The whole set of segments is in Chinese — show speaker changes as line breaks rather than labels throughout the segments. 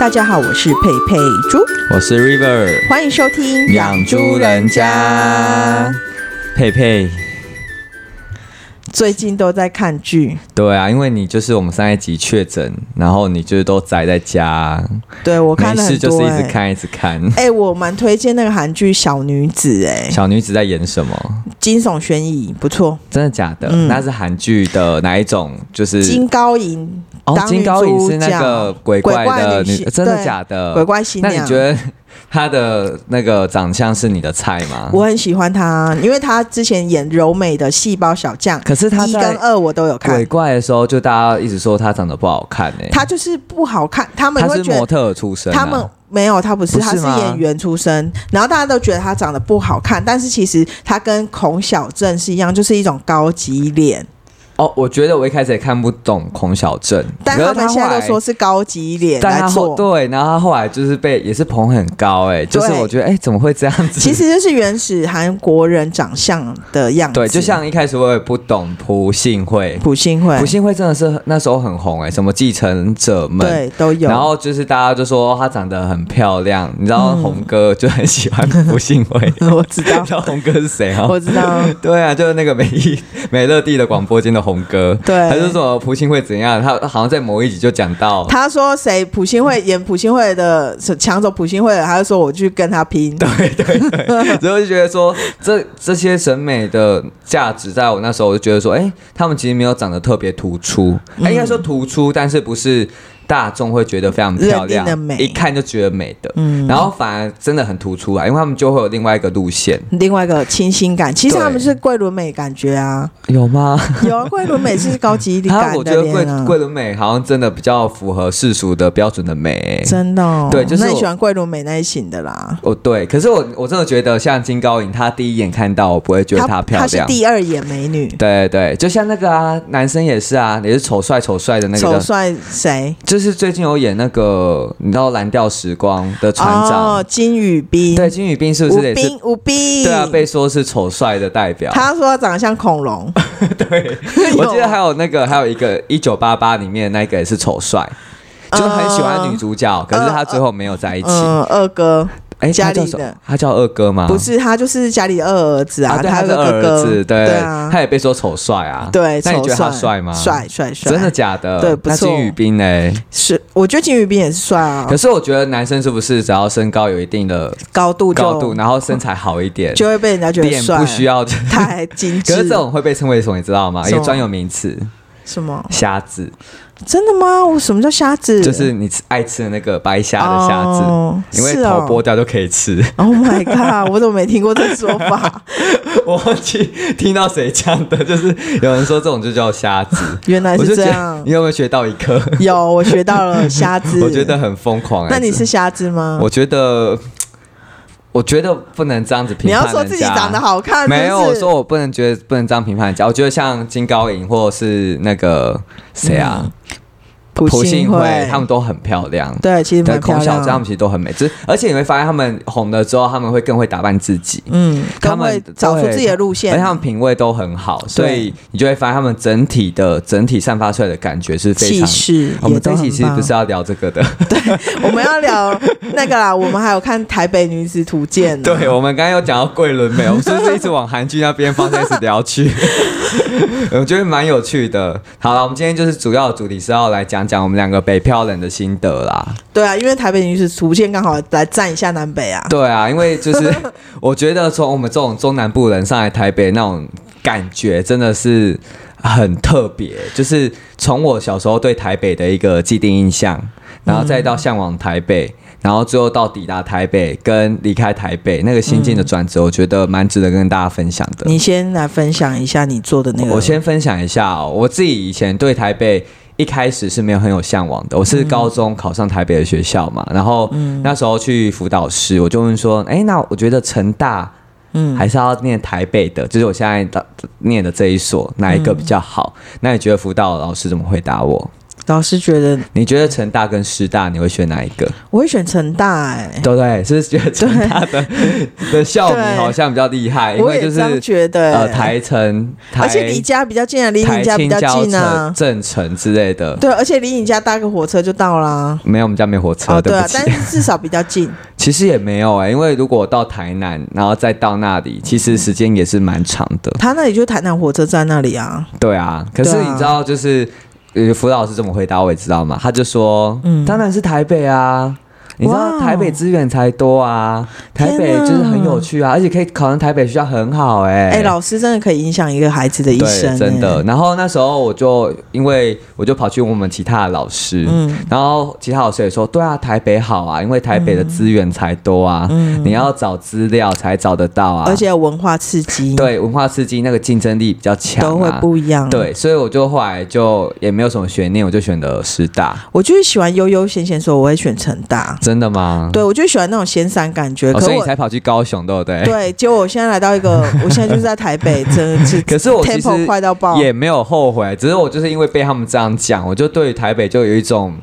大家好，我是佩佩猪，
我是 River，
欢迎收听《
养猪人家。佩佩。
最近都在看剧，
对啊，因为你就是我们上一集确诊，然后你就是都宅在家，
对我
没
看了
事
很
就是
多、
一直
哎
看一直看。
哎、我蛮推荐那个韩剧《小女子、哎，
小女子在演什么？
惊悚悬疑，不错。
真的假的？
嗯
那是韩剧的哪一种？就是
金高银
哦，
当女
金高银是那
主角
个鬼
鬼
怪
怪
的
女
女，
性
真的
对
假的？
鬼怪新
呃那
娘，
你觉得她的那个长相是你的菜吗？
我很喜欢她，因为她之前演柔美的《细胞小将》，
可是她
一跟
在
二我都有
鬼
看。
怪的时候，就大家一直说她长得不好看诶、
她就是不好看，他们
她
会
是
觉
模
得
特儿出身、啊，
他们没有，她不是，
不
她
是
是
吗
演员出身。然后大家都觉得她长得不好看，但是其实她跟孔小振是一样，就是一种高级脸。
哦，我觉得我一开始也看不懂孔小振，
但
可
他
是
们
后
现在
来
都说是高级脸
但
来
他后
做。
对，然后他后来就是被也是捧很高、哎，就是
对
我觉得哎、怎么会这样子？
其实就是原始韩国人长相的样子，
对，就像一开始我也不懂朴信惠，
朴信惠
朴，信惠真的是那时候很红哎、什么继承者们。
对，都有。
然后就是大家就说她长得很漂亮，你知道
嗯
红哥就很喜欢朴信惠，
我知道
你知，道红哥是谁啊？
我知 道，
对啊，就是那个美意 美乐蒂的广播间的红哥，
对
他就说朴信惠怎样，他好像在某一集就讲到，
他说谁朴信惠演朴信惠的抢走朴信惠了，他就说我去跟他拼。
对对 对，所以我就觉得说，这这些审美的价值，在我那时候我就觉得说，哎、他们其实没有长得特别突出，哎应该说突出，但是不是大众会觉得非常漂
认定
亮
的美
一看就觉得美的，
嗯
然后反而真的很突出啊，因为他们就会有另外一个路线，
另外一个清新感，其实
对
他们是桂纶镁感觉啊，
有 吗？
有啊，桂纶镁是高级
他
感
我觉
的
得桂
脸啊，
桂纶镁好像真的比较符合世俗的标准的美、
真的哦。
对就是
那你
我
喜欢桂纶镁那一型的啦。
哦，对，可是我我真的觉得像金高银，她第一眼看到我不会觉得她漂
她是
亮，
第二眼美女，
对对，就像那个啊，男生也是啊，也是丑帅丑帅的那
丑
个，
帅谁？
就是最近有演那个，你知道《蓝调时光》的船长，
哦，金宇彬，
对，金宇彬是不
吴
是也是？
斌，吴斌，
对啊，被说是丑帅的代表。
他说他长得像恐 龙，对
我记得还有那个，还有一个《一九八八》里面那个也是丑帅，就很喜欢女主角，可是他最后没有在一起。
嗯，二哥
哎、
呃家
他
里
叫什么
的？
他叫二哥吗？
不是他就是家里的二儿子
啊，
啊，
对，
他
他
有
是
个
二
哥
儿
哥，
子，对，
啊，
他也被说丑帅啊。
对，
那你觉得他
丑
帅吗？
帅帅帅，
真的假的？
对不
那金
错
宇彬呢？
是，我觉得金宇彬也是帅啊
可，是我觉得男生是不是只要身高有一定的
高度就
高度，然后身材好一点，
就会被人家觉得
脸
帅，
不需要。
太精
可
致
是这。种会被称为什么？你知道吗？
什
一
么
个专有名词
什么
——虾子，
真的吗？我什么叫瞎子？
就是你吃爱吃的那个白虾的虾子，
哦
因为
是哦
头剥掉就可以吃。
Oh my god！我怎么没听过这说法？
我忘记听到谁讲的，就是有人说这种就叫虾子。
原来
我
是
就觉
这
得
样
你。有没有学到一课？
有，我学到了瞎子。
我觉得很疯狂、欸。
那你是瞎子吗？
我觉得，我觉得不能这样子评
你
判
要
人家。
说自己长得好看，
没
啊
有，
是不
我
是
说我不能觉得不能这样评判人家。我觉得像金高银或者是那个谁啊，
嗯朴
信
惠
惠，他们都很漂亮。
对，其实
对，
蛮漂
孔小
亮
珍
的。
他们其实都很美，只是而且你会发现他们红了之后，他们会更会打扮自己，
嗯，
他
他
们
会找出自己的路
而且
线
他，们品味都很好，所以你就会发现他们整体的整体散发出来的感觉是非
气
常。
势
我
也
们这
都
一
很
期其实
棒
不是。要聊这个的，
我们要聊那个啦，我们还有看《台北女子图鉴》。啊
对，，我们刚刚有讲到桂纶镁，我们是不是一直往韩剧那边方向一直聊去？我觉得蛮有趣的。好了，我们今天就是主要的主题是要来讲讲我们两个北漂人的心得啦。
对啊，因为《台北女子图鉴》刚好来站一下南北啊。
对啊，因为就是我觉得从我们这种中南部人上来台北那种感觉，真的是很特别。就是从我小时候对台北的一个既定印象，然后再到向往台北。然后最后到抵达台北跟离开台北那个心境的转折，我觉得蛮值得跟大家分享的。
你先来分享一下你做的那个。
我先分享一下、哦，我自己以前对台北一开始是没有很有向往的。我是高中考上台北的学校
嗯
嘛，然后那时候去辅导室，我就问说：“哎、那我觉得成大，嗯，还是要念台北的，就是我
嗯
现在的念的这一所，哪一个比较好？”那你觉得辅导老师怎么回答我？
老师觉得
你觉得成大跟师大你会选哪一个？
我会选成大哎、
对不对？是不是觉得成大 的的校
对
名好像比较厉害？因
我
为
也
就
这
是
样觉得、
呃台城，台
而且离家比较近啊，离
台
你家比
青
较
交
近啊
城、。正城之类的。
对，而且离你家搭个火车就到啦。
没有，我们家没火车，
哦，
对
对
不
啊，
起。
但是至少比较近。
其实也没有哎、因为如果到台南，然后再到那里，其
嗯
实时间也是蛮长的。
他那里就台南火车站那里啊。
对啊，可是
对啊
你知道，就是呃，辅导老师怎么回答我也知道嘛，他就说，
嗯
当然是台北啊。你知
哇
道
哦
台北资源才多啊，台北
天哪
就是很有趣啊，而且可以考上台北学校很好哎、
哎、老师真的可以影响一个孩子的一
对，
生、欸
真的。。然后那时候我就因为我就跑去问我们其他的老师，
嗯
然后其他老师也说，对啊，台北好啊，因为台北的资源才多啊，
嗯
你要找资料才找得到啊，
而且有文化刺激，，
对文化刺激那个竞争力比较强、啊，
都会不一样。，
对，所以我就后来就也没有什么悬念，我就选了师大。
我就是喜欢悠悠闲闲，所以我会选成大。
真的吗？
对，我就喜欢那种闲散感觉。
哦，
可
所以你
我
才哎跑去高雄，对不对？
对，结果我现在来到一 个，我现在就是在台北，真的是
可是我其实
tempo 快到爆。
也没有后悔，只是我就是因为被他们这样讲，我就对于台北就有一种，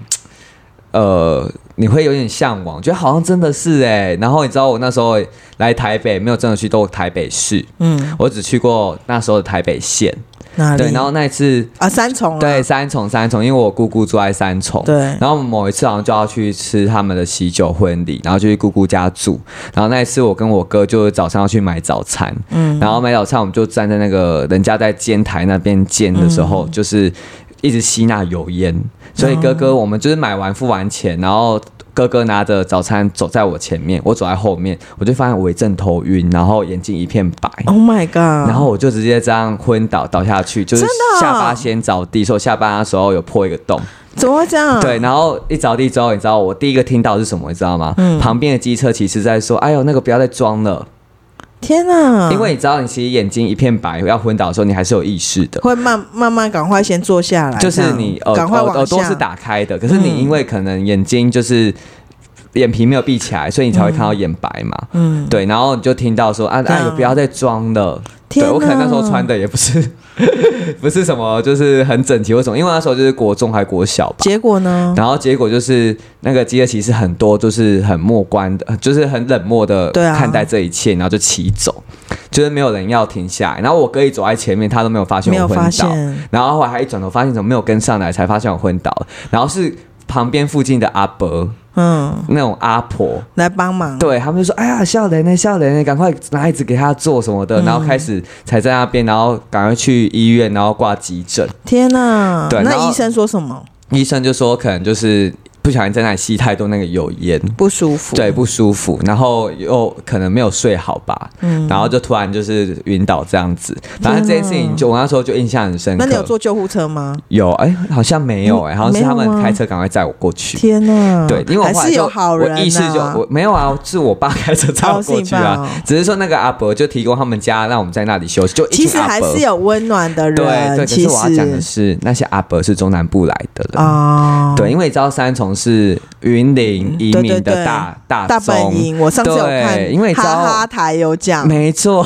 呃，你会有点向往，觉得好像真的是哎、然后你知道我那时候来台北，没有真的去过台北市，
嗯，
我只去过那时候的台北县。
哪里？
对，然后那一次
啊，三重啊，
对三重三重，因为我姑姑住在三重，
对，
然后某一次好像就要去吃他们的喜酒婚礼，然后就去姑姑家住。然后那一次我跟我哥就是早上要去买早餐，
嗯
然后买早餐我们就站在那个人家在煎台那边煎的时
嗯
候，就是一直吸那油烟。所以哥哥，
哦
我们就是买完付完钱，然后哥哥拿着早餐走在我前面，我走在后面，我就发现我一阵头晕，然后眼睛一片白。
Oh my god！
然后我就直接这样昏倒倒下去，就是
真的啊
下巴先着地，所以我下巴的时候有破一个洞，
怎么会这样？
对，然后一着地之后，你知道我第一个听到的是什么？你知道吗？
嗯
旁边的机车骑士在说：“哎呦，那个不要再装了，
天哪！
因为你知道，你其实眼睛一片白，要昏倒的时候，你还是有意识的。”
会慢慢慢赶快先坐下来，
就是
这样
你耳
嗯
呃
赶快
耳
往下
耳朵是打开的，可是你因为可能眼睛就是眼皮没有闭起来，所以你才会看到眼白嘛。
嗯，
对，然后你就听到说啊
这
啊，
样
有不要再装了。
天
对我可能那时候
哪
穿的也不是 不是什么，就是很整齐或什么，因为那时候就是国中还国小吧。
结果呢？
然后结果就是那个吉尔骑士很多就是很漠观的，就是很冷漠的
对啊
看待这一切，然后就骑走，就是没有人要停下来。然后我哥一走在前面，他都没有发现
没有
我昏
发
倒，
现，
然后我还一转头发现怎么没有跟上来，才发现我昏倒了。然后是旁边附近的阿伯
嗯，
那种阿婆，
来帮忙。
对他们就说：“哎呀，笑脸呢，笑脸呢，赶快拿椅子给他做什么的。
嗯
然后开始才在那边，然后赶快去医院，然后挂急诊。
天哪！
对然
那
后
医生说什么？
医生就说可能就是不小心在那里吸太多那个油烟，
不舒服。
对，，不舒服，然后又可能没有睡好吧，
嗯
然后就突然就是晕倒这样子。然后这件事情就我那时候就印象很深刻。
那你有坐救护车吗？
有哎、好像没有哎、
嗯
好像是他
没有吗
们开车赶快载我过去。
天哪！
对，因为我
还
后来
是
就
有好人、啊，
我意识就我没有啊，是我爸开车载我
哦是
过
你
去
爸
啊
哦。
只是说那个阿伯就提供他们家，让我们在那里休息，就一群
其实
阿
还
伯
是有温暖的人。
对对。可
其
是我要讲的
实
是，那些阿伯是中南部来的人。
啊，
对，因为你知道三重是云林移
对
民
对嗯对
的大大
大
宗
本营，我上次有
对
看，
因为你知道
哈哈台有讲，
没错，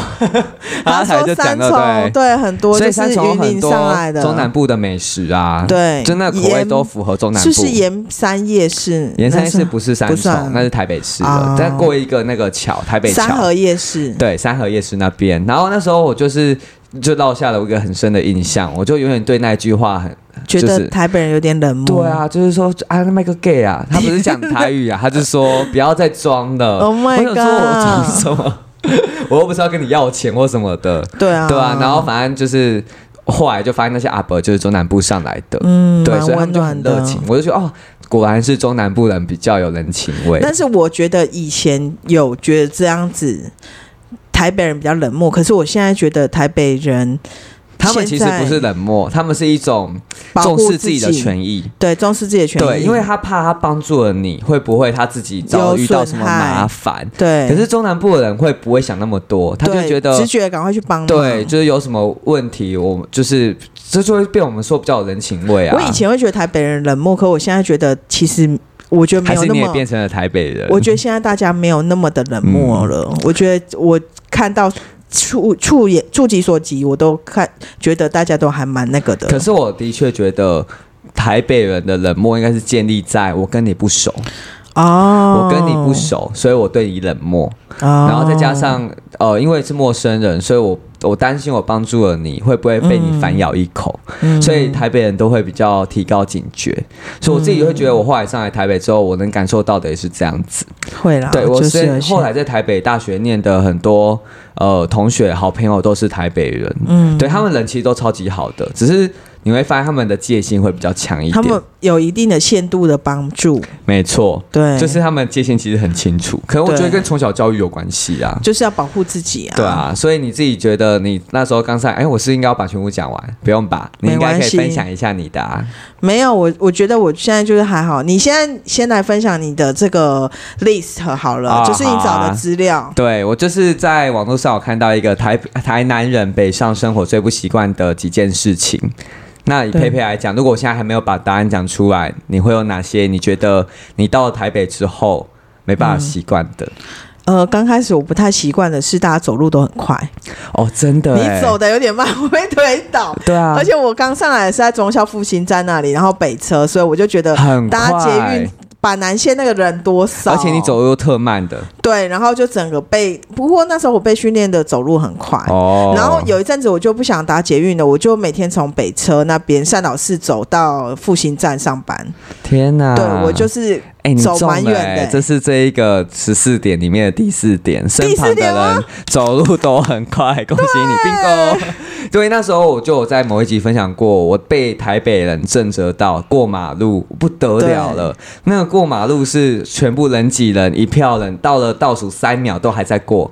他才
啊说
就
三
讲
重
到对，
对很多
所
就
以
是
三重有
云
很
林
多
上来的
中南部的美食啊，，
对，
真的口味
盐
都符合中南
是
部。
不是盐山夜市？
盐山
那
市不是三
不算
重，那是台北市
哦
的，再过一个那个桥，台北
三
桥，
河夜市。
对，三河夜市那边。然后那时候我就是就落下了我一个很深的印象，我就永远对那句话
嗯
很
觉
就
得
是
台北人有点冷漠。
对啊，就是说啊，那个 gay 啊，他不是讲台 语啊，他就说不要再装了。
Oh my
我想说我
god
装什么？ 我又不是要跟你要钱或什么的，
对啊，
对啊。然后反正就是后来就发现那些阿伯就是中南部上来的，
嗯，
对，
蛮
所以他
温
们就很
暖
热
的。
情。我就觉得哦，果然是中南部人比较有人情味。
但是我觉得以前有觉得这样子，台北人比较冷漠，可是我现在觉得台北人
他们其实不是冷漠，他们是一种
保护
重视自己的
益，
权益。
对，重视自己的权益，
对，因为他怕他帮助了你，会不会他自己遭遇到什么
有损害
麻烦？
对，
可是中南部的人会不会想那么多？他就
对
觉得
直觉赶快去帮忙。
对，就是有什么问题，我就是这就会被我们说比较有人情味啊。
我以前会觉得台北人冷漠，可我现在觉得其实我觉得没
还
有
是
那
你也
么
变成了台北人，
我觉得现在大家没有那么的冷漠了。
嗯
我觉得我看到触触眼触及所及，我都看觉得大家都还蛮那个的。
可是我的确觉得台北人的冷漠应该是建立在我跟你不熟，
哦，
我跟你不熟，所以我对你冷漠。
哦，
然后再加上呃，因为是陌生人，所以我我担心我帮助了你会不会被你反咬一口，
嗯
所以台北人都会比较提高警觉。所以我自己会觉得，我后来上来台北之后，我能感受到的也是这样子。
会啦，
对我
啊就是有些
后来在台北大学念的很多呃同学好朋友都是台北人，嗯，对他们人其实都超级好的，只是你会发现他们的界限会比较强一
他
点
们。有一定的限度的帮助，
没错，
对，
就是他们界限其实很清楚，可能我觉得
对
跟从小教育有关系啊。
就是要保护自己啊，
对，啊，所以你自己觉得你那时候刚上，哎，我是应该要把全部讲完，不用吧？你
没
应该
关
可以
系
分享一下你的、啊。
没有我，我觉得我现在就是还好。你现在先来分享你的这个 list 好了，
啊
就是你找的资料。
对我就是在网络上有看到一个台台南人北上生活最不习惯的几件事情。那以
对
佩佩来讲，如果我现在还没有把答案讲出来，你会有哪些你觉得你到了台北之后没办法习惯的？
呃，刚开始我不太习惯的是，大家走路都很快，
哦，真的、欸，
你走的有点慢，我会推倒。
对啊，
而且我刚上来是在中校复兴站那里，然后北车，所以我就觉得
很
搭捷
快
运，板南线那个人多少，
而且你走路又特慢的
对，然后就整个被。不过那时候我被训练的走路很快，
哦。
然后有一阵子我就不想搭捷运了，我就每天从北车那边善导市走到复兴站上班。
天哪，
对我就是
啊哎、你
走
中
蛮
了
远的
欸
欸
这是这一个十四点里面的第四点，身
第
旁
四
的
点啊吗
人走路都很快，恭喜你，bingo！对，那时候我就有在某一集分享过，我被台北人震慑到过马路不得了了。那个过马路是全部人挤人，一票人到了倒数三秒都还在过，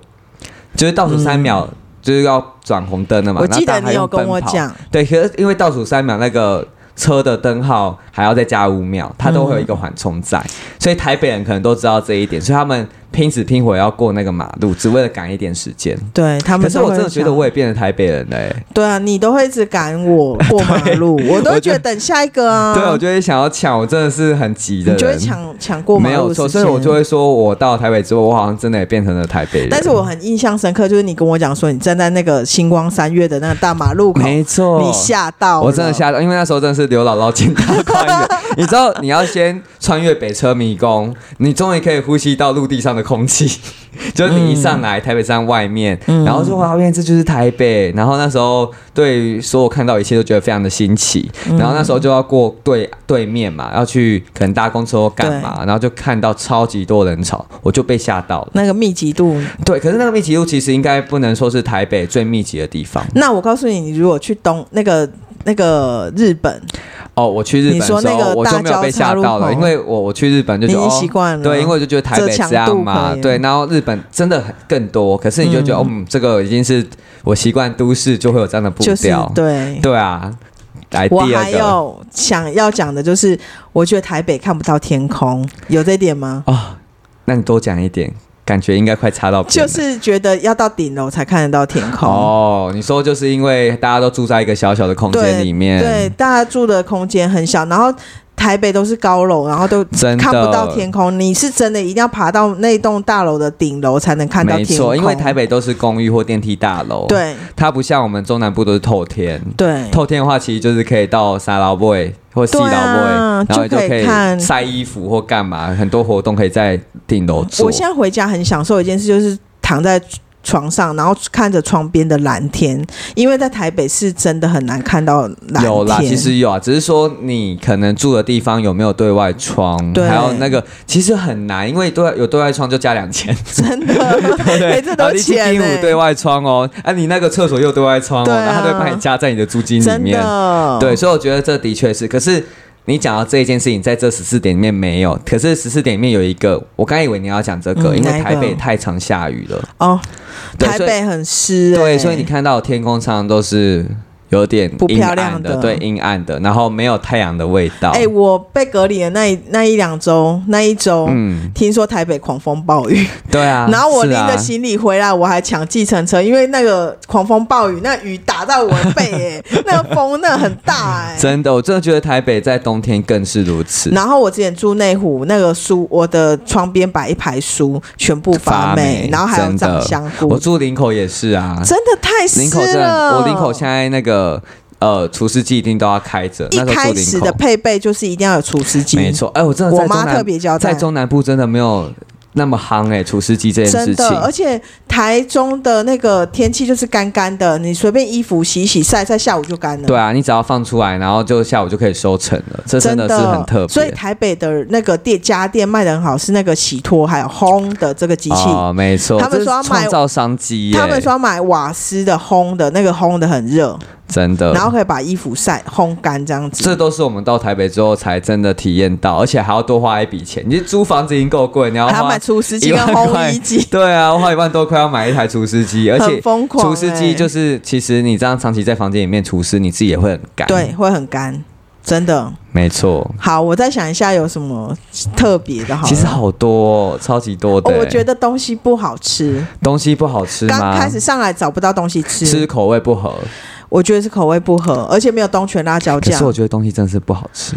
就是倒数三秒。就是要转红灯了
嗯
嘛？
我记
然
得
后大家
你有
用
跟
奔
我
跑
讲，
对，可是因为倒数三秒那个车的灯号还要再加五秒，它都会有一个缓冲在，
嗯
所以台北人可能都知道这一点，所以他们拼死拼活要过那个马路，只为了赶一点时间。
对他
可
们
是
都会
我
想，
真的觉得我也变成台北人了、欸，
对啊，你都会一直赶我过马 路，我都
我
会
觉
觉得
得
等下一个啊，
对，我就会想要抢，我真的是很急的
你就会
人。
抢抢过马
没
路
有
的时
错，
间，
所以我就会说，我到台北之后，我好像真的也变成了台北人。
但是我很印象深刻，就是你跟我讲说，你站在那个星光三月的那个大马路口，
没错，
你吓到，
哦我真的。吓到，因为那时候真的是刘姥姥进 大观园。你知道，你要先穿越北车迷宫，你终于可以呼吸到陆地上的空气。 就是你一上来、台北站外面，然后说哇，原来这就是台北。然后那时候对于所有看到一切都觉得非常的新奇。然后那时候就要过对对面嘛，要去可能搭公车或干嘛，然后就看到超级多人潮，我就被吓到了。
那个密集度，
对，可是那个密集度其实应该不能说是台北最密集的地方。
那我告诉你，你如果去东那个那个日本，
哦，我去日本的时候
你说那个
我就没有被吓到
大交叉
了，
路口
因为我我去日本就觉得
你已经
哦
习惯了
对，因为我就觉得台北这样嘛
这强度，可以
对，然后日本真的很更多，可是你就觉得嗯这个已经是我习惯都市就会有这样的步调，
就是对。
对啊，来
我
第
还
二个啊、
有想要讲的就是，我觉得台北看不到天空，有这点吗？
哦那你多讲一点，感觉应该快插到边
就
了
是觉得要到顶楼才看得到天空。
哦，你说就是因为大家都住在一个小小的空间
对
里面，
对，大家住的空间很小，然后台北都是高楼，然后都
真的
看不到天空。你是真的一定要爬到那栋大楼的顶楼才能看到
没
天空。
错，因为台北都是公寓或电梯大楼，，
对
它不像我们中南部都是透天，
对
透天的话，其实就是可以到沙老 boy 或西老 boy，、
对啊
然后你
就
就
可以
可以
看
晒衣服或干嘛，很多活动可以在顶楼做
我。现在回家很享受一件事，就是躺在床上，然后看着窗边的蓝天，因为在台北是真的很难看到蓝天。
有啦，其实有啊，只是说你可能住的地方有没有对外窗，
对
还有那个其实很难，因为对外有对外窗就加 两千，
真 的
对不对？
哎这都钱
然后你去
哎
第五对外窗哦，啊，你那个厕所又对外窗哦，
对啊
然后他都会帮你加在你的租金里
真
面。
的
对，所以我觉得这的确是，可是你讲到这一件事情，在这十四点里面没有，可是十四点里面有一个，我刚以为你要讲这个，
嗯
因为
哪一个
台北太常下雨了，
哦，
对
台
所以
北很湿、欸，
对，所以你看到的天空常常都是有点
不
阴
漂
暗
亮
的，
的
对，阴暗的，然后没有太阳的味道，
哎、我被隔离的那一那一两周，那一周。
嗯，
听说台北狂风暴雨，
对啊，
然后我
是
拎
啊
着行李回来，我还抢计程车，因为那个狂风暴雨，那雨打到我的背、 欸，那个风那很大哎、
真的，我真的觉得台北在冬天更是如此。
然后我之前住内湖，那个书，我的窗边摆一排书，全部发
霉
霉，，然后还有
真
长
的
香
我
菇，
住林口也是啊，
真的太湿哦
林口真的，
了。
我林口现在那个呃除湿机一定都要开着。
一
那时候
开
住林
始
口
的配备就是一定要有除湿机，
没错，哎、我真的
我
在中
妈特
南
别交代
在中南部真的没有那么夯哎、除湿机这件
真
事
的，而
情。
且台中的那个天气就是干干的，你随便衣服洗洗晒晒，下午就干了。
对啊，你只要放出来，然后就下午就可以收成了，这真
的
是很特别。
所以台北的那个店家电卖的很好，是那个洗脱还有烘的这个机器。
哦，没错，
他们
这是
说要买
创造商机耶，
他们说要买瓦斯的烘的，那个烘的很热，
真的，
然后可以把衣服晒烘干这样子。
呃这都是我们到台北之后才真的体验到，而且还要多花一笔钱。你租房子已经够贵，你要
还要
花
买除湿机
一
跟
万
烘
块
衣机，
对啊，花一万多块要买一台除湿 机，而且
很疯狂、欸
除湿机就是是，其实你这样长期在房间里面除湿，你自己也会很干。
对，，会很干，真的。
没错。
好，我再想一下有什么特别的好了。
其实好多、哦，超级多的
哦
欸、
我觉得东西不好吃，
东西不好吃吗？
刚开始上来找不到东西吃，
吃口味不合，
我觉得是口味不合，而且没有东泉辣椒
可
酱
是。我觉得东西真的是不好 吃。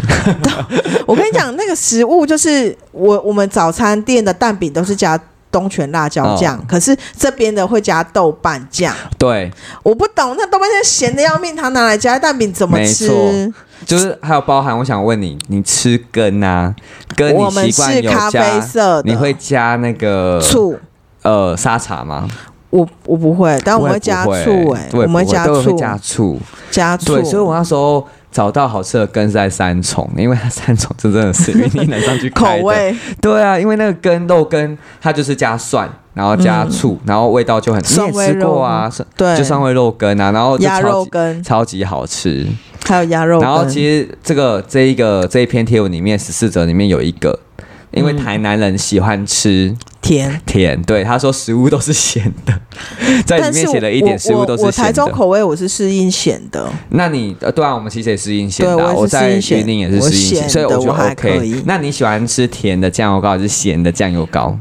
我跟你讲，那个食物就是我我们早餐店的蛋饼都是加东泉辣椒酱，
哦
可是这边的会加豆瓣酱。
对，
我不懂，那豆瓣酱咸的要命，它拿来加蛋饼怎么
没
吃
错？就是还有包含，我想问你，你吃羹啊，羹
我
你
们
习
是
惯有
咖啡
加，
色的，
你会加那个
醋？
呃沙茶吗？
我我不会，啊但我们会
也不
加
会
醋、欸，哎，
我也
我
不
们
会
加
对我会
醋，
加醋，
加醋。
对，所以我那时候找到好吃的羹是在三重，因为它三重这真的 是云林南上去
口
开的
味
对啊，因为那个羹肉羹，它就是加蒜，然后加醋，然后味道就很。你
嗯蒜
也
味
吃
肉
过啊？蒜
对，
就蒜味肉羹啊，然后就
鸭
超
肉
级
羹，
超级好吃。
还有鸭肉羹。
然后其实这个这一个这一篇贴文里面十四则里面有一个，因为台南人喜欢吃
甜，
甜，对他说食物都是咸的， 在里
但是
面
我
写了一点食物都
我我
是
我台
咸
中
的。
口味我是适应咸的，
那你呃对啊，我们其实也是阴咸的
对
啊、
我也是
我在
吃阴
云林也是
咸我
吃阴
咸
咸，所以
的
我觉
我还
得
可以
OK。那你喜欢吃甜的酱油膏还是咸的酱油膏？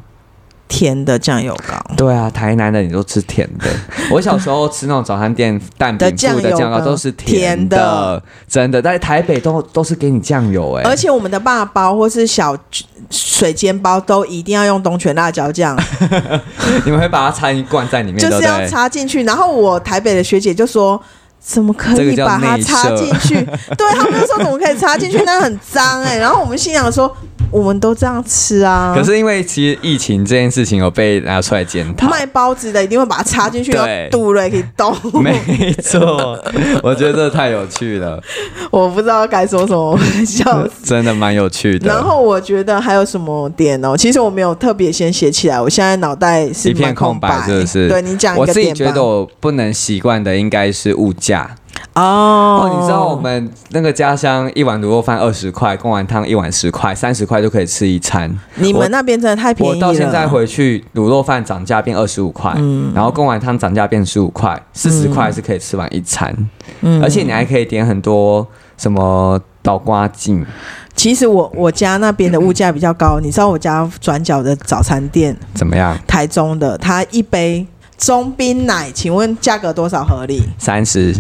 甜的酱油膏。
对啊，台南的你都吃甜 的。我小时候吃那种早餐店蛋饼
的酱
附的酱
油
油膏
呢
都是
甜
甜
的
的，真的。在台北都都是给你酱油哎、
而且我们的爸包或是小水煎包都一定要用东泉辣椒酱，
你们会把它掺一罐 在里面，
就
对不
是要
对？
插进去。然后我台北的学姐就说。怎么可
这个
以
叫
把它
内
插
射
进去？ 对他们就说怎么可以插进去？那很脏哎、然后我们心想说，我们都这样吃啊。
可是因为其实疫情这件事情有被拿出来检讨，
卖包子的一定会把它插进去，然后
对
堵了可以动。
没错， 我觉得这太有趣了，
我不知道该说什么，我会笑 死。
真的蛮有趣的。
然后我觉得还有什么点哦？其实我没有特别先写起来，我现在脑袋是
一片
蛮空
空白是不是
对你讲一
我
个
自己
点吧。
觉得我不能习惯的应该是物价
哦
哦，你知道我们那个家乡一碗卤肉饭二十块，贡丸汤一碗十块，三十块就可以吃一餐。
你们那边真的太便宜
我
了。
到现在回去，卤肉饭涨价变二十五块，
嗯
然后贡丸汤涨价变十五块，四十块是可以吃完一餐，
嗯
而且你还可以点很多什么倒瓜镜，
其实我我家那边的物价比较高，你知道我家转角的早餐店，
怎么样？
台中的，它一杯中冰奶，请问价格多少合理？
三十，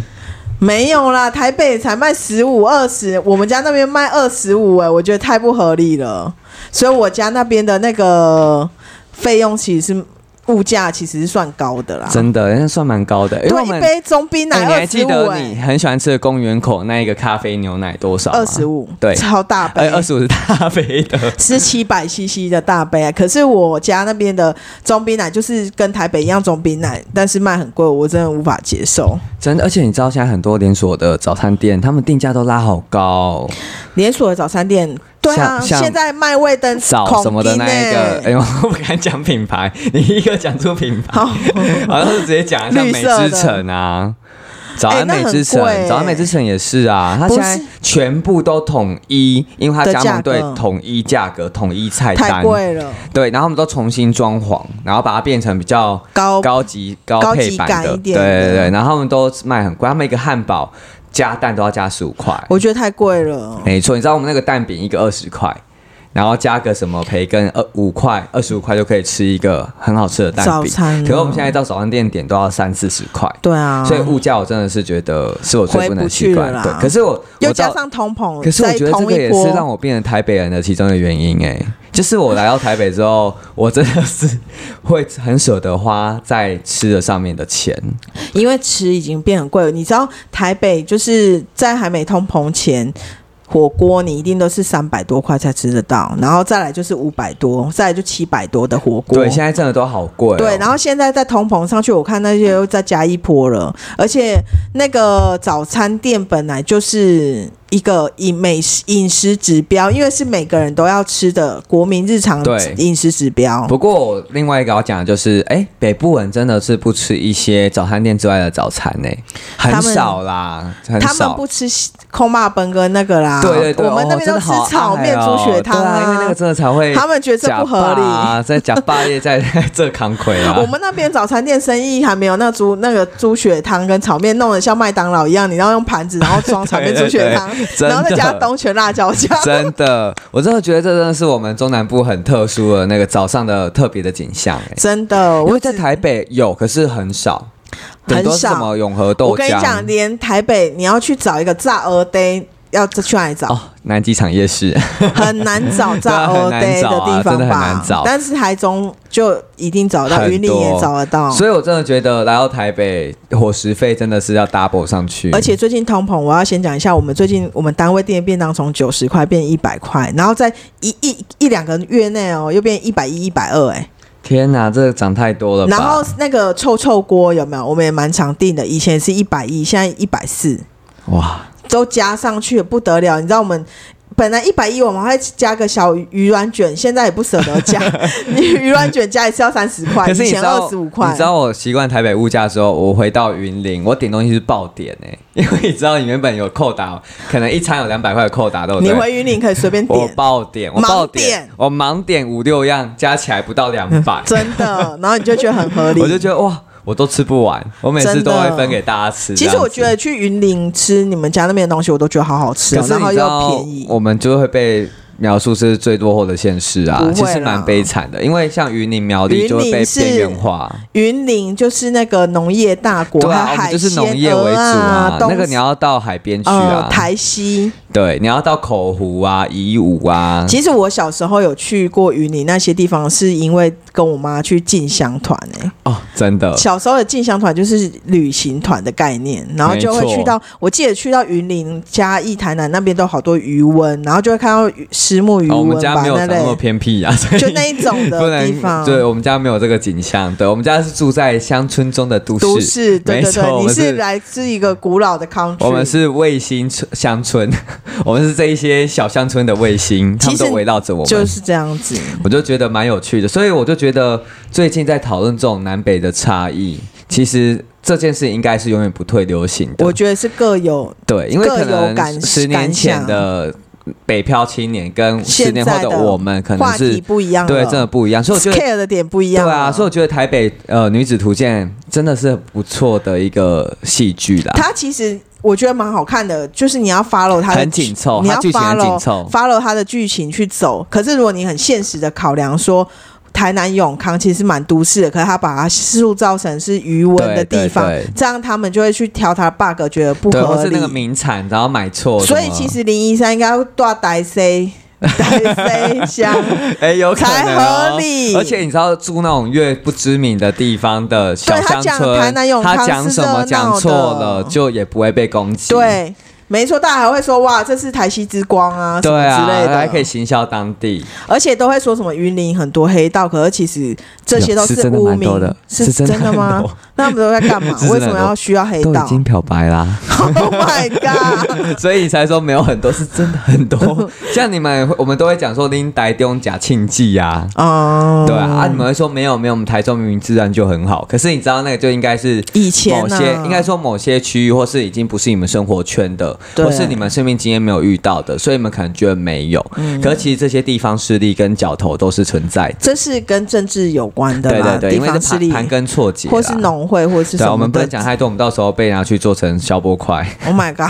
没有啦，台北才卖十五二十，我们家那边卖二十五，哎，我觉得太不合理了。所以我家那边的那个费用其实是物价其实是算高的啦。
真的，那算蛮高的。因为
对，
我
一
们
杯中冰奶
哎你还
二
记
十五，
得你
哎，
很喜欢吃的公园口那一个咖啡牛奶多少吗？
二十，五，
对
超大杯，
哎，二十五是咖啡的，
是七百 CC 的大杯啊，可是我家那边的中冰奶就是跟台北一样中冰奶，但是卖很贵，我真的无法接受。
真的。而且你知道现在很多连锁的早餐店，他们定价都拉好高，
连锁的早餐店，对啊，
像像
现在卖味登
早什么的那一个，
孔丁欸
哎，我不敢讲品牌， 你一个讲出品牌，
好，
好像是直接讲一下
绿
美
色的
之城啊。早安
那很
美之城，
贵欸
早安美之城也是啊，它
不
现
是
在全部都统一，因为它
的
加
价
盟队
格
统一价格、统一菜
太
哎单，
贵了，
对，然后他们都重新装潢，然后把它变成比较
高
高级、
高
高
级
配版
感一
的，对
点的
对对。然后他们都卖很贵，他们一个汉堡加蛋都要加十五块，
我觉得太贵了。
哎没错。你知道我们那个蛋饼一个二十块，然后加个什么培根二五块、二十五块就可以吃一个很好吃的蛋
早
饼。
餐啊
可是我们现在到早餐店点都要三四十块，
对啊，
所以物价我真的是觉得是我最
回
能
不
习
去
惯
了
对
啦，
可是我
又
我
加
到
上通膨，
可是我觉
在
得这
同
个
一
也
波
是让我变成台北人的其中的原因哎、就是我来到台北之后，我真的是会很舍得花在吃的上面的 钱。
因为吃已经变很贵了。你知道台北就是在还没通膨前，火锅你一定都是三百多块才吃得到，然后再来就是五百多，再来就七百多的火锅。
对，现在真的都好贵哦、
对，然后现在在通膨上去，我看那些又再加一波了，而且那个早餐店本来就是一个饮美食饮食指标，因为是每个人都要吃的国民日常
对
饮食指标。
不过我另外一个要讲的就是，哎、北部人真的是不吃一些早餐店之外的早餐呢、
他
很
们
少啦，很
他们
少。
不吃空霸崩跟那个啦，
对对对，
啊我们那边都
哦真的
吃
好
炒面、
爱
猪
哦
血汤
对啊，因为那个真的才会
他们觉得这不合理
假霸啊，在假 霸业在这扛亏啊。
我们那边早餐店生意还没有那猪那个猪血汤跟炒面弄得像麦当劳一样，你要用盘子，然后装炒面猪
对对
血汤
对，真
然后再加
的
东泉辣椒酱。
真的，我真的觉得这真的是我们中南部很特殊的那个早上的特别的景象、欸，
真的，
因
我
为在台北有，可是很少，
很
顶多是
少
什么永和豆浆。
我跟你讲，连台北你要去找一个炸鹅 day，要去哪里找？
哦，南机场夜市，
很难 找炸鹅 day
对啊
的地方
很难找啊真的很
吧？
难找
但是台中就一定找得到，
很多
云林也找得到。
所以我真的觉得来到台北，伙食费真的是要 double 上去，
而且最近通膨，我要啊先讲一下，我们最近我们单位订的便当从九十块变一百块，然后在一一一两个月内哦，又变一百一、一百二，哎，
天哪，这个涨太多了吧？
然后那个臭臭锅有没有？我们也蛮常订的，以前是一百一，现在一百四，
哇，
都加上去不得了。你知道我们本来一百一，我们还加个小鱼软卷，现在也不舍得 加。你鱼软卷加一次要三十块，
可是
以
你知
前
道，
二十五块
你知。道我习惯台北物价之后，我回到云林，我点东西是爆点哎、 因为你知道你原本有扣打，可能一餐有两百块的扣打，对不
你
对？
回云林可以随便
我
点，
爆点，我爆
盲点
点，我盲点五六样加起来不到两百，
真的，然后你就觉得很合理。
我就觉得哇，我都吃不完，我每次
真的
都会分给大家吃。
其
这
实
样
我
子
觉。得去云林吃你们家那边的东西，我都觉得好好吃、哦
可，是
然
你
后
知
又
道
便，宜。
我们就会被描述是最落后的县市
不
啊
会，
其实
啦
蛮悲惨的，因为像云林、苗栗就会
云
被
林是
边缘化。
云林就是那个农业大国，
对
还
啊，我
有
们
海
就是农业
鲜
为主
鹅
啊
啊，，东
那个你要到海边去啊嗯
呃，台西。
对，你要到口湖啊、宜武啊，
其实我小时候有去过云林那些地方，是因为跟我妈去进香团诶、
哦，真的，
小时候的进香团就是旅行团的概念，然后就会
没错
去到，我记得去到云林、嘉义、台南那边都好多渔翁，然后就会看到鱼石目鱼
哦我
翁
们家
吧、
没有
那
长那么
类，
偏僻啊，所以
就那一种
不
的地
能，
方。
对我们家没有这个景象，对我们家是住在乡村中的都市，
都市，对
没
对
错，
对，
我
你
们
是
是。
来自一个古老的 country，
我们是卫星村乡村， 我们是这一些小乡村的卫星，他
其
们
实
都围绕着我们。
就是这样子。
我就觉得蛮有趣的，所以我就觉得最近在讨论这种南北的差异，其实这件事应该是永远不退流行
我
的。
觉得是各有
对，因为
各
可
有感
能十年前的北漂青年跟十
现
年
在
后
的
的我们可能
话
是
题不一样了，
对真的不一样，所以我觉得
care 的点不一
对
样了，
啊，所以我觉得台北呃女子图鉴真的是不错的一个戏剧啦。
它其实我觉得蛮好看的，就是你要 follow 它的
很紧凑
你要
它剧情很
follow
紧凑
follow 它的剧情去走。可是如果你很现实的考量说。台南永康其实蛮都市的，可是他把它塑造成是余文的
对对
地方，
对
这样他们就会去挑它的 bug，觉得不
对，
合
或是
理。
那个名产，然后买错什
所
哦么，
以其实林一山应该要大台 C 台 C 香，
哎、有可能、哦、
才合理
而且你知道住那种越不知名的地方的小乡
对他讲台南
村，
永康
他讲
是
什么
热闹的
讲错了就也不会被攻击。。
对，没错，大家还会说哇，这是台西之光啊，什
对
么
啊，
之类的，
还可以行销当地，
而且都会说什么云林很多黑道，可是其实这些都
有是真的
污
蛮多
名
的，
是
是真的
的吗
很多？
那他们都在干嘛
是真？的
为什么要需要黑
都已
道
经漂白啦，
？Oh my god！
所以你才说没有很多，是真的很 多。像你们，我们都会讲说拎台中假庆记呀，
哦，
对啊，啊你们会说没有没有，我们台中明明自然就很好，可是你知道那个就应该是
以前啊
某
呢
些应该说某些区域，或是已经不是你们生活圈的，
对
或是你们生命经验没有遇到的，所以你们可能觉得没有。
嗯
可其实这些地方势力跟角头都是存在的。
这是跟政治有关的
对
啦，
对对，
地
因为
方
这
势
盘
力
盘根错节啦，啊
或是农会或是什
对啊，
么
我们不
的
能讲太多，我们到时候被拿去做成消波块。
Oh my god！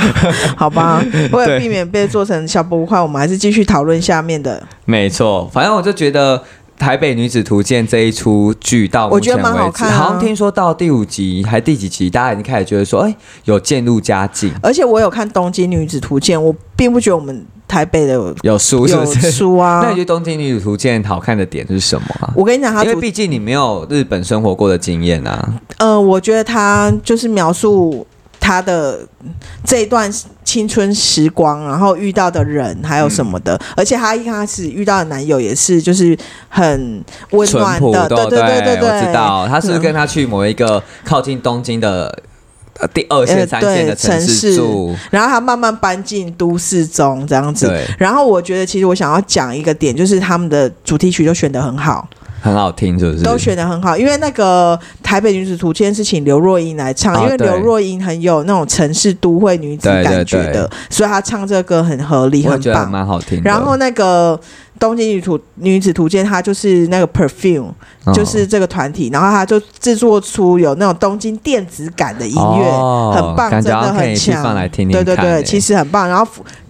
好吧，为了避免被做成小不快，我们还是继续讨论下面的。
没错，反正我就觉得《台北女子图鉴》这一出剧到目
我觉
前
得
为
蛮好
止，
看啊
像听说到第五集还第几集，大家已经开始觉得说，哎、有渐入佳境，
而且我有看《东京女子图鉴》，我并不觉得我们台北的有
有书是不
有
是？
书啊
那你。觉得《东京女子图鉴》好看的点是什么啊？
我跟你讲，它
因为
主
毕竟你没有日本生活过的经验啊，
呃，我觉得它就是描述他的这一段青春时光，然后遇到的人还有什么的，
嗯
而且她一开始遇到的男友也是就是很温
淳
暖
朴
的，对
不对
对对对，
我知道，他是不是
嗯
跟他去某一个靠近东京的呃第二
呃
线、三
对
线的城
城市
市住？
然后他慢慢搬进都市中这样子。
对，
然后我觉得，其实我想要讲一个点，就是他们的主题曲都选得很好，
很好听，是不是？
都选得很好。因为那个《台北女子图鉴》是请刘若英来唱，
哦
因为
对
刘若英很有那种城市都会女子
对对
感觉
对
的，所以她唱这个歌很合理，
我也
很
觉得
棒。
蛮好听的。
然后那个《东京女图女子图鉴》，它就是那个 Perfume，、
嗯
就是这个团体，然后它就制作出有那种东京电子感的音乐，
哦
很棒，
感
真
觉好
的
像可
很
以去
强。
放来听听
对对
看
对，
欸
其实很棒。然后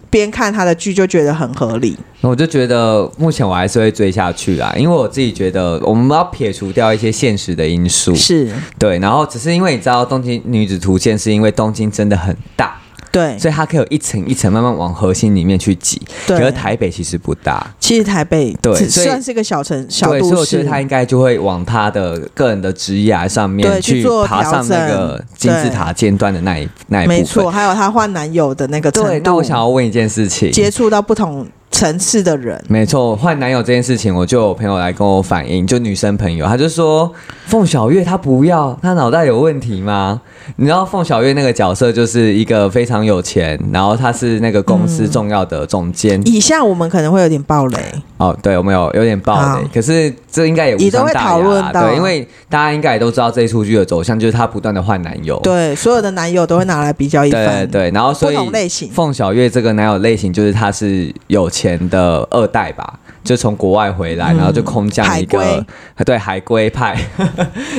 边看他的剧就觉得很合理。
我就觉得目前我还是会追下去啊，因为我自己觉得我们要撇除掉一些现实的因素，
是，
对，然后只是因为你知道东京女子图鉴是因为东京真的很大，
对
所以它可以有一层一层慢慢往核心里面去挤，可是
对。
台北其实不大。
其实台北
对
只
所以
算是个小城小
对，所以
都
我觉
市
得，他应该就会往他的个人的职业上
对
面
去
去
做
爬
调
上那
整
个金
对
字塔尖端的那一那一部分。
没错。还有她换男友的那个程
对，那
度
我，想要问一件事情，
接触到不同层次的人。
没错，换男友这件事情，我就有朋友来跟我反映，就女生朋友，她就说凤小岳她不要，她脑袋有问题吗？你知道凤小岳那个角色就是一个非常有钱，然后他是那个公司
嗯
重要的总监。
以下我们可能会有点暴雷，
哦，对，我们有有点爆
好
雷，可是这应该也无
也都
伤
会
大
讨论
雅啦
到
对，因为大家应该也都知道这一出剧的走向，就是她不断的换男友。
对，所有的男友都会拿来比较一
哦对
番
对。对，然后所以
不同类型
凤小岳这个男友类型就是他是有钱的二代吧，就从国外回来，然后就空降一
嗯海
个对海归派，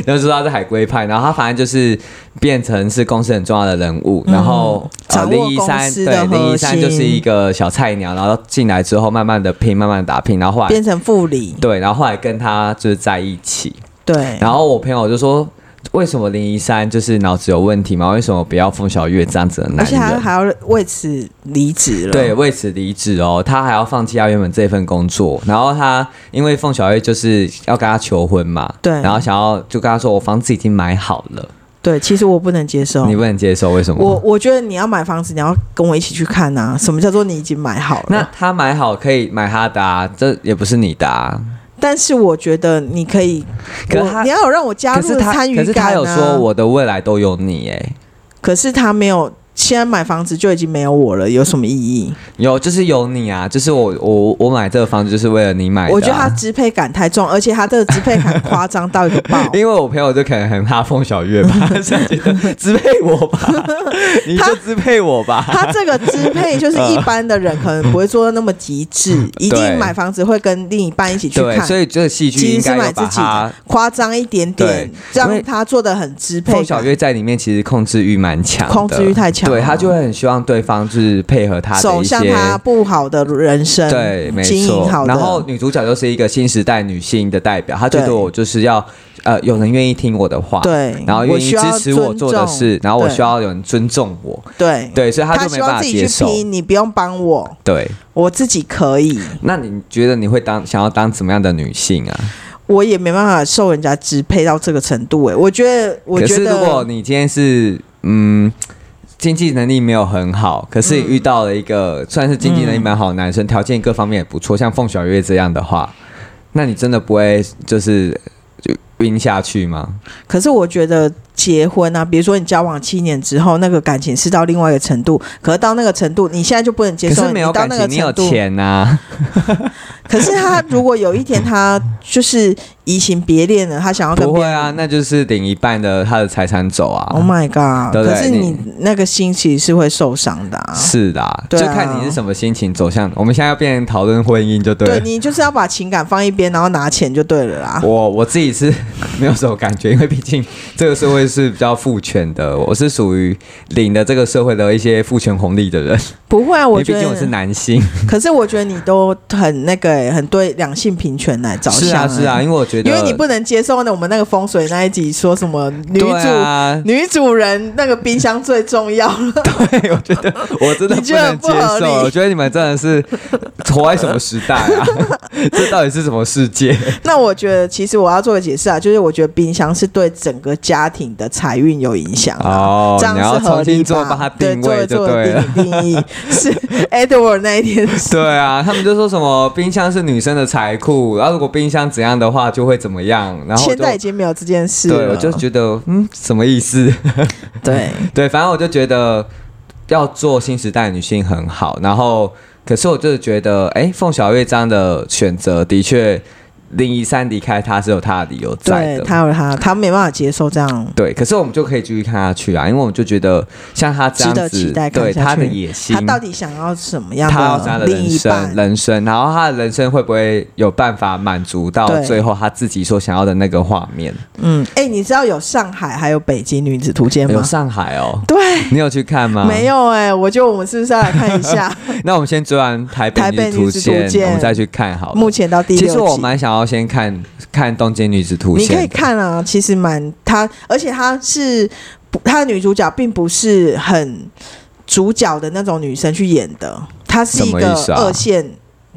然后说他是海归派，然后他反正就是变成是公司很重要的人物，然后呃
嗯掌握
林一
公
山
司的
对林一山
核心
就是一个小菜鸟，然后进来之后慢慢的拼，慢慢的打拼，然后后来
变成副理，
对，然后后来跟他就是在一起，
对，
然后我朋友就说。为什么林一山就是脑子有问题吗？为什么不要凤小岳这样子的男人？
而且还还要为此离职了。
对，，为此离职哦，他还要放弃他原本这份工作，然后他因为凤小岳就是要跟他求婚嘛，
对
然后想要就跟他说我房子已经买好了，
对，其实我不能接受
你。不能接受，为什么？
哦我我觉得你要买房子，你要跟我一起去看啊。什么叫做你已经买好了？
那他买好可以买他的、啊，这也不是你的、啊，
但是我觉得你可以，
可是
我
他
你要有让我加
可
入
是
的
他
参与
可是
感、啊、
他有说，我的未来都有你，哎，
可是他没有，现在买房子就已经没有我了，有什么意义？
有就是有你啊，就是我我我买这个房子就是为了你买的啊、
我觉得他支配感太重，而且他这个支配感夸张到一个
。
爆
因为我朋友就可能很怕凤小岳 吧，所以觉得支配我吧，你就支配我吧。
他这个支配就是一般的人可能不会做到那么极 致，一定买房子会跟另一半一起去
对，
看
所。以这个戏剧
其
应
实是
该
买
有
自
把
己
它
的，夸张一点点
对，因
让
为
他做的很支配
凤
感。
小岳在里面其实控制欲蛮强的，
控制欲太强了
对他就会很希望对方就是配合他的
走
一
向
些。
他不好的人生，
对，没
嗯经
错
营好。的。
然后女主角就是一个新时代女性的代表，她觉
对
得我就是要，呃，有人愿意听我的话，，
对，
然后愿
我
意
需要
支持我做的事
尊，重
然后我
对
需要有人尊重我，
对，
对，所以她
他
就没
希
办
望
法
自
接
己去
受。
拼，你不用帮我，
对，
我自己可以，
那你觉得你会当想要当怎么样的女性啊？
我也没办法受人家支配到这个程度。哎，我觉得，我
可
觉
是如
得，
果你今天是嗯经济能力没有很好，可是遇到了一个算是经济能力蛮好的男生，条、件各方面也不
嗯
错，像凤小岳这样的话，那你真的不会就是就晕下去吗？
可是我觉得结婚啊，比如说你交往七年之后，那个感情是到另外一个程度，可是到那个程度，你现在就不能接
可
受，
是没有啊
你到
感
那个
情，你有
程度。
钱呐、
可是他如果有一天他就是移情别恋了，他想要跟
不
别
会
人
啊，那就是领一半的他的财产走啊。
Oh my god！
对不
可
对
是你那个心其实是会受伤的、啊。
是的啊，
对啊
就看你是什么心情走向。我们现在要变成讨论婚姻，就对了。
对你就是要把情感放一边，然后拿钱就对了啦。
我我自己是没有什么感觉，因为毕竟这个社会是比较父权的，我是属于领了这个社会的一些父权红利的人。
不会啊，
因
我
为
觉
毕
得
竟我是男性，
可是我觉得你都很那个、欸，很对两性平权来着想、
是啊
欸
是啊，，因为我觉得，
因为你不能接受那我们那个风水那一集说什么女主、
对啊，
女主人那个冰箱最重要 了，
对，我觉得 我真的
你
不
觉得
能
不
接
合理
受，我觉得你们真的是活在什么时代啊？ 这到底是什么世界？
那我觉得其实我要做个解释啊，就是我觉得冰箱是对整个家庭的财运有影响啊。
哦
这样
你要
是合
重
理
新做把
吧
它？
对，
定
做
位就
做
对了。
定定义是 Edward 那一天是
对啊，他们就说什么冰箱是女生的财库，啊然后如果冰箱怎样的话就会怎么样，然后我
现
就
在已经没有这件事
对，
了。
我就觉得嗯什么意思？
对，
对，反正我就觉得要做新时代女性很好，然后可是我就是觉得，哎，凤小岳这样的选择的确，林一山离开他是有他的理由在
对
的。
他有他，他没办法接受这样，
对，可是我们就可以继续看下去啊，因为我们就觉得像他这样
值得
子，
期待看
对
下
他的
去
野心，
他到底想要什么样
他要他
的
的
另
人
一
生，
半？
人生，然后他的人生会不会有办法满足到
对
最后他自己所想要的那个画面？
嗯，哎，你知道有上海还有北京女子图鉴
有
吗？
上啊海哦，
对，
你有去看吗？
没。有哎，我觉得我们是不是要来看一下？
那我们先追完台北
台北
女图
女子图
鉴，
鉴
我们再去看 好了
目。前到第六
其
集。
实我蛮想要先看看《东京女子图
你
鉴》，
可以看啊，其实蛮她，而且她是不她的女主角并不是很主角的那种女生去演的，她是一
什
个
么意思啊
二线，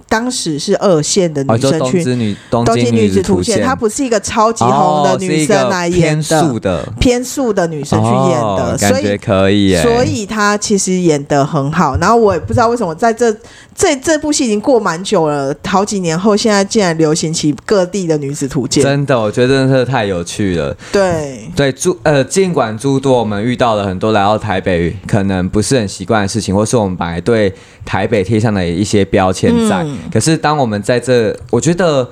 当时是二线的
哦，
女
就《
生
东
去。
之女东
东
京
京女
子
子图
鉴
鉴，》，她不是一个超级红的
哦是
女
一个
生来演
偏素
的，
的，
偏素的女生去演的，
哦
所
感
以
觉可以耶。
所以她其实演的很好，然后我也不知道为什么在这这这部戏已经过蛮久了，好几年后，现在竟然流行起各地的女子图鉴。
真的，我觉得真的是太有趣了。
对，
对，诸呃，尽管诸多我们遇到了很多来到台北可能不是很习惯的事情，或是我们本来对台北贴上的一些标签在，
嗯
可是当我们在这，我觉得。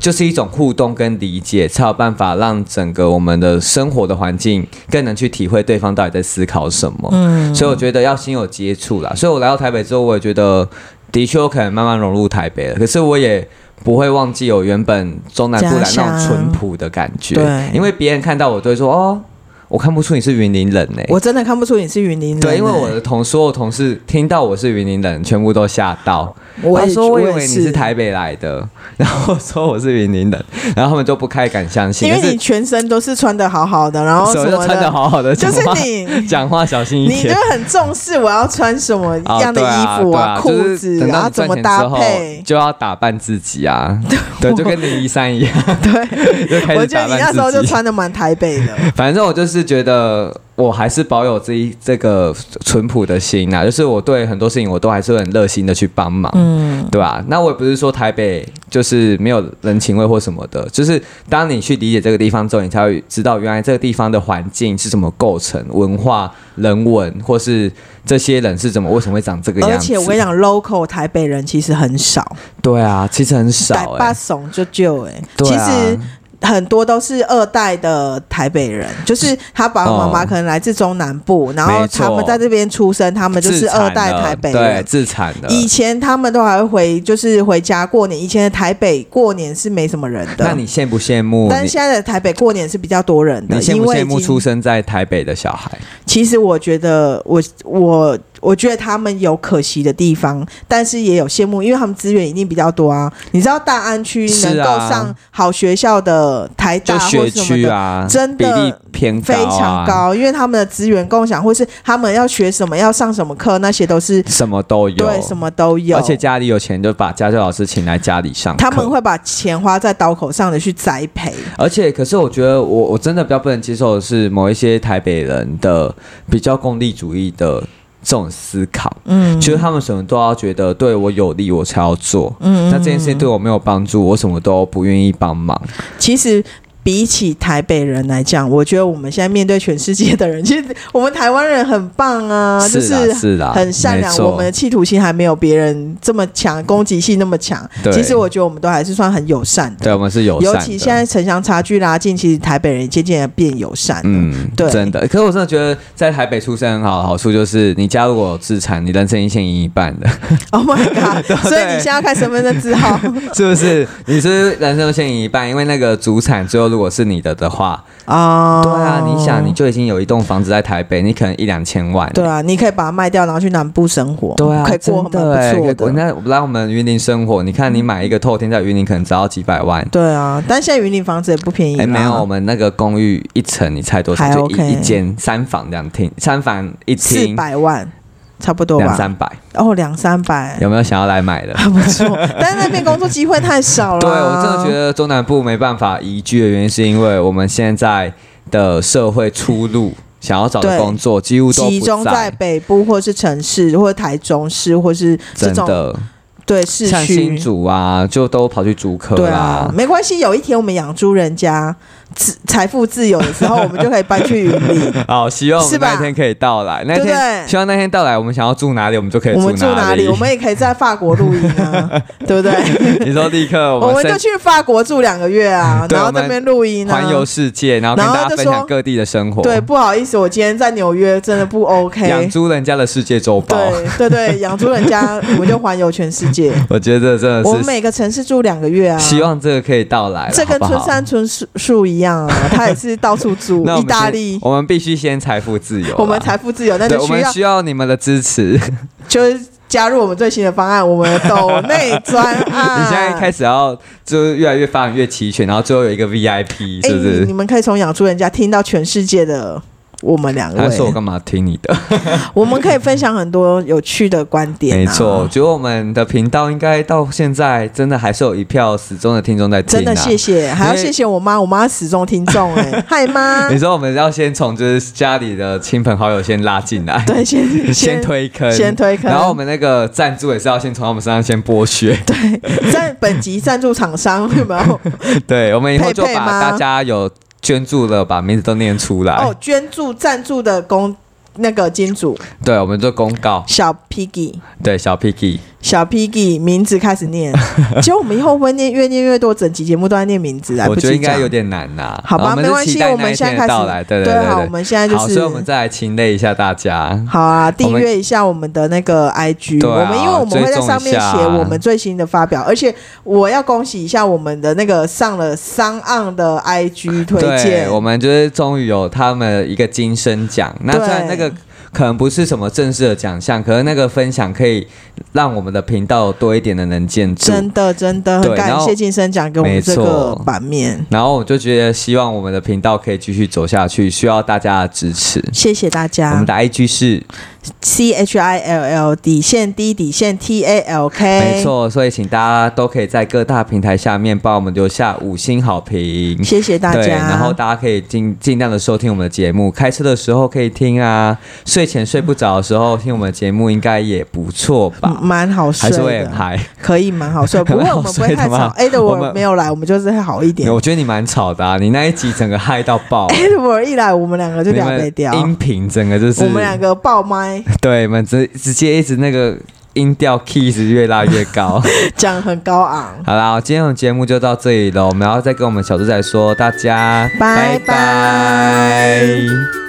就是一种互动跟理解，才有办法让整个我们的生活的环境更能去体会对方到底在思考什么。嗯，所以我觉得要先有接触啦。所以我来到台北之后，我也觉得的确我可能慢慢融入台北了。可是我也不会忘记我原本中南部来
家乡
那种淳朴的感觉。
对
因为别人看到我都会说：“哦，我看不出你是云林人呢、欸
我真的看不出你是云林人、
对，因为我
欸
的同所有同事听到我是云林人，全部都吓到。
我
他
也
说：“我以
也
为你
是
是，台北来的。” 然后我说我是云林人，然后他们就不太敢相信。
因为
可是
你全身都是穿的好好的，然后
手
什
就
么
穿的
的，
好好的，
就
讲
是
话
你
讲话小心一
你就
点。
很重视我要穿什么
哦
样的
对啊
衣服
对啊
裤
就是
子，
等
然
到
后怎
你赚
么
钱
搭
之后
配。
就要打扮自己 啊。对，就跟林一山一样，对， 就开
我
始
觉
打
得你
扮
那时候
自
就
己。
穿的蛮台北的，
反正我就是觉得，我还是保有这一这个淳朴的心呐、就是我对很多事情我都还是很热心的去帮忙，
嗯，
对吧、那我也不是说台北就是没有人情味或什么的，就是当你去理解这个地方之后，你才会知道原来这个地方的环境是怎么构成、文化、人文，或是这些人是怎么为什么会长 这个
而
样子。
且我跟你讲，local 台北人其实很少，
对啊，其实很少
台
哎、
巴怂就就哎，
对
其
啊
实很多都是二代的台北人，就是他爸爸妈妈
哦
可能来自中南部，然后
没错
他们在这边出生，他们就是二代台北
对呃
人，。
自产的。
以前他们都还会回，就是回家过年。以前的台北过年是没什么人的，
那你羡不羡慕？
但是
你
现在的台北过年是比较多人的，
你羡
因
不
为
羡
已
慕
经
出生在台北的小孩？
其实我觉得我，我我觉得他们有可惜的地方，但是也有羡慕，因为他们资源一定比较多啊。你知道大安区
是啊
能够上好学校的台大
就
或
学
什么
区
的。
啊，
真的
比例偏高、
非
啊，
常，高，因为他们的资源共享，或是他们要学什么、要上什么课，那些都是
什么都有，
对什么都有。
而且家里有钱就把家教老师请来家里上课，
他们会把钱花在刀口上的去栽培。
而且，可是我觉得我我真的比较不能接受的是某一些台北人的比较功利主义的这种思考。
嗯，
其实他们什么都要觉得对我有利，我
嗯
嗯才要做。嗯，那这件事情对我没有帮助，我什么都不愿意帮忙。
其实比起台北人来讲，我觉得我们现在面对全世界的人，其实我们台湾人很棒啊，就是
啦是啦
很善良
没，错
我们的企图心还没有别人这么强，攻击性那么强。
对
其实我觉得我们都还是算很友善的，
对我们是友善
尤
的，
其现在城乡差距拉近，其实台北人也渐渐地变友善了。
嗯，
对
真的。可是我真的觉得在台北出生很好的好处就是，你家如果有自产，你人生已经先赢一半的，
Oh my god！所以你现在要看身份证字号，
是不是？你是不是人生先赢一半，因为那个主产最后如果是你的的话，
哦，
对啊，你想你就已经有一栋房子在台北，你可能一两千万。
对啊，你可以把它卖掉，然后去南部生活，
对啊，
可以过很
真的
蛮
欸可
不
以
错
过
的。
那来我们云林生活，你看你买一个透天在云林可能只要几百万，
对啊，但现在云林房子也不便宜啦，
哎，没有，我们那个公寓一层你猜多
嗯
少？
啊还
就
OK
一一间三房两厅，三房一
四
厅
百万差不多
两
吧，
三百，
哦，两三百，
有没有想要来买的？
很不错。但是那边工作机会太少了，
对我真的觉得中南部没办法宜居的原因，是因为我们现在的社会出路，想要找的
对
工作几乎都不
集中在
在。
北部或是城市，或者台中市，或是这
真
种
的，
对市
像新
区。
竹啊，就都跑去竹科
对
啦、
啊，没关系。有一天我们养猪人家，自财富自由的时候，我们就可以搬去云林。
好，希望我
是
们
吧
那一天可以到来。那
对不
天
对
希望那天到来，我们想要住哪里，我们 就可以
我们住
哪
哪里？我 们也可以在法国录音啊，对不对？
你说立刻我
我
们
们就
先
去法国住两个月啊，
对
然后那边录音啊
环。游世界，然后跟
然后
大
就
家分
说
享各地的生活。
对，，不好意思，我今天在纽约真的不 OK
养。猪人家的世界周报，
对对对，养猪人家，我们就环游全世界。
我觉得这真
我
的
们
是
每个城市住两个月啊。
希望这个可以到来了，
这跟
好不
村
好
山村树树一样 啊，他也是到处住
那我
意
们
大
先
利。
我们必须先财富自由啦，
我们财富自由，那
对，
就
我
需
们
要
需要你们的支持。你
就是加入我们最新的方案，我们的抖内专 案。
现在开
始，
始要就是越来越发展越齐全，然后最后有一个 VIP，
哎，
是不
你你
是？
们可以从养猪人家听到全世界的我们两
他说我
位，
干嘛听你的？
我们可以分享很多有趣的观点。啊
没错，我，觉得我们的频道应该到现在真的还是有一票始终的听众在听、啊。
真的谢。谢，还要
因为
谢谢我妈，我妈始终听众哎， 嗨妈
你，说我们要先从就是家里的亲朋好友先拉进来，
对，先
先推坑，
先推坑
然后我们那个赞助也是要先从他们身上先剥削。
赞本集赞助厂商有没有？
对，我们以后就
佩佩吗
把大家有捐助了，把名字都念出来。
哦，捐助赞助的公那个金主
对，我们做公告。
小 Piggy，
对，小 Picky，
小 Piggy 名字开始 念，结果我们以后会念越念越多，整集节目都在念名字，来
我
不及
觉得应该
讲
有点难呐、
好吧
我们
没关
是
系
期待那一
我们现
天
在开始
的到来，对对
对
对
好，
对
我们现在就
好，
是
所以我们再来勤累一下大家。
好啊，
我
订
们
阅一下我们的那个 IG，
对啊
我们因为我们会在上面
追踪一下
写我们最新的发表，而且我要恭喜一下我们的那个上了商岸的 IG 推
对，
荐，
我们就是终于有他们一个金声奖。那
对
虽然那个可能不是什么正式的奖项，可是那个分享可以让我们的频道有多一点的能见度。
真的真的很
对然
感
后
谢金生奖给我们
没
这
错
个版面，
然后我就觉得，希望我们的频道可以继续走下去，需要大家的支持。
谢谢大
我们
家
的 IG 是、
，C H I L L 底线 D 底线 T A L K，
没，错，所以请大家都可以在各大平台下面帮我们留下五星好评。
谢谢大
对，
家，
然后大家可以尽尽量的收听我们的节目，开车的时候可以听啊，睡前睡不着的时候听我们的节目应该也不错吧？
蛮好
还
嗯睡
是会很
的，
嗨？
可以蛮好 睡，不会
蛮好
我们不会
睡的
太吵
吗我
，Edward
们
没有来，我们就是会好一点。
我觉得你蛮吵的、啊，你那一集整个嗨到 爆，
Edward 一来，我们两个就
你
聊
们
北调，
音频整个就是
我们两个爆麦，
对，你们直直接一直那个音调 key 是越拉越高。
讲很高昂。
好啦，今天的节目就到这里了，我们要再跟我们小猪仔说，大家
拜拜
拜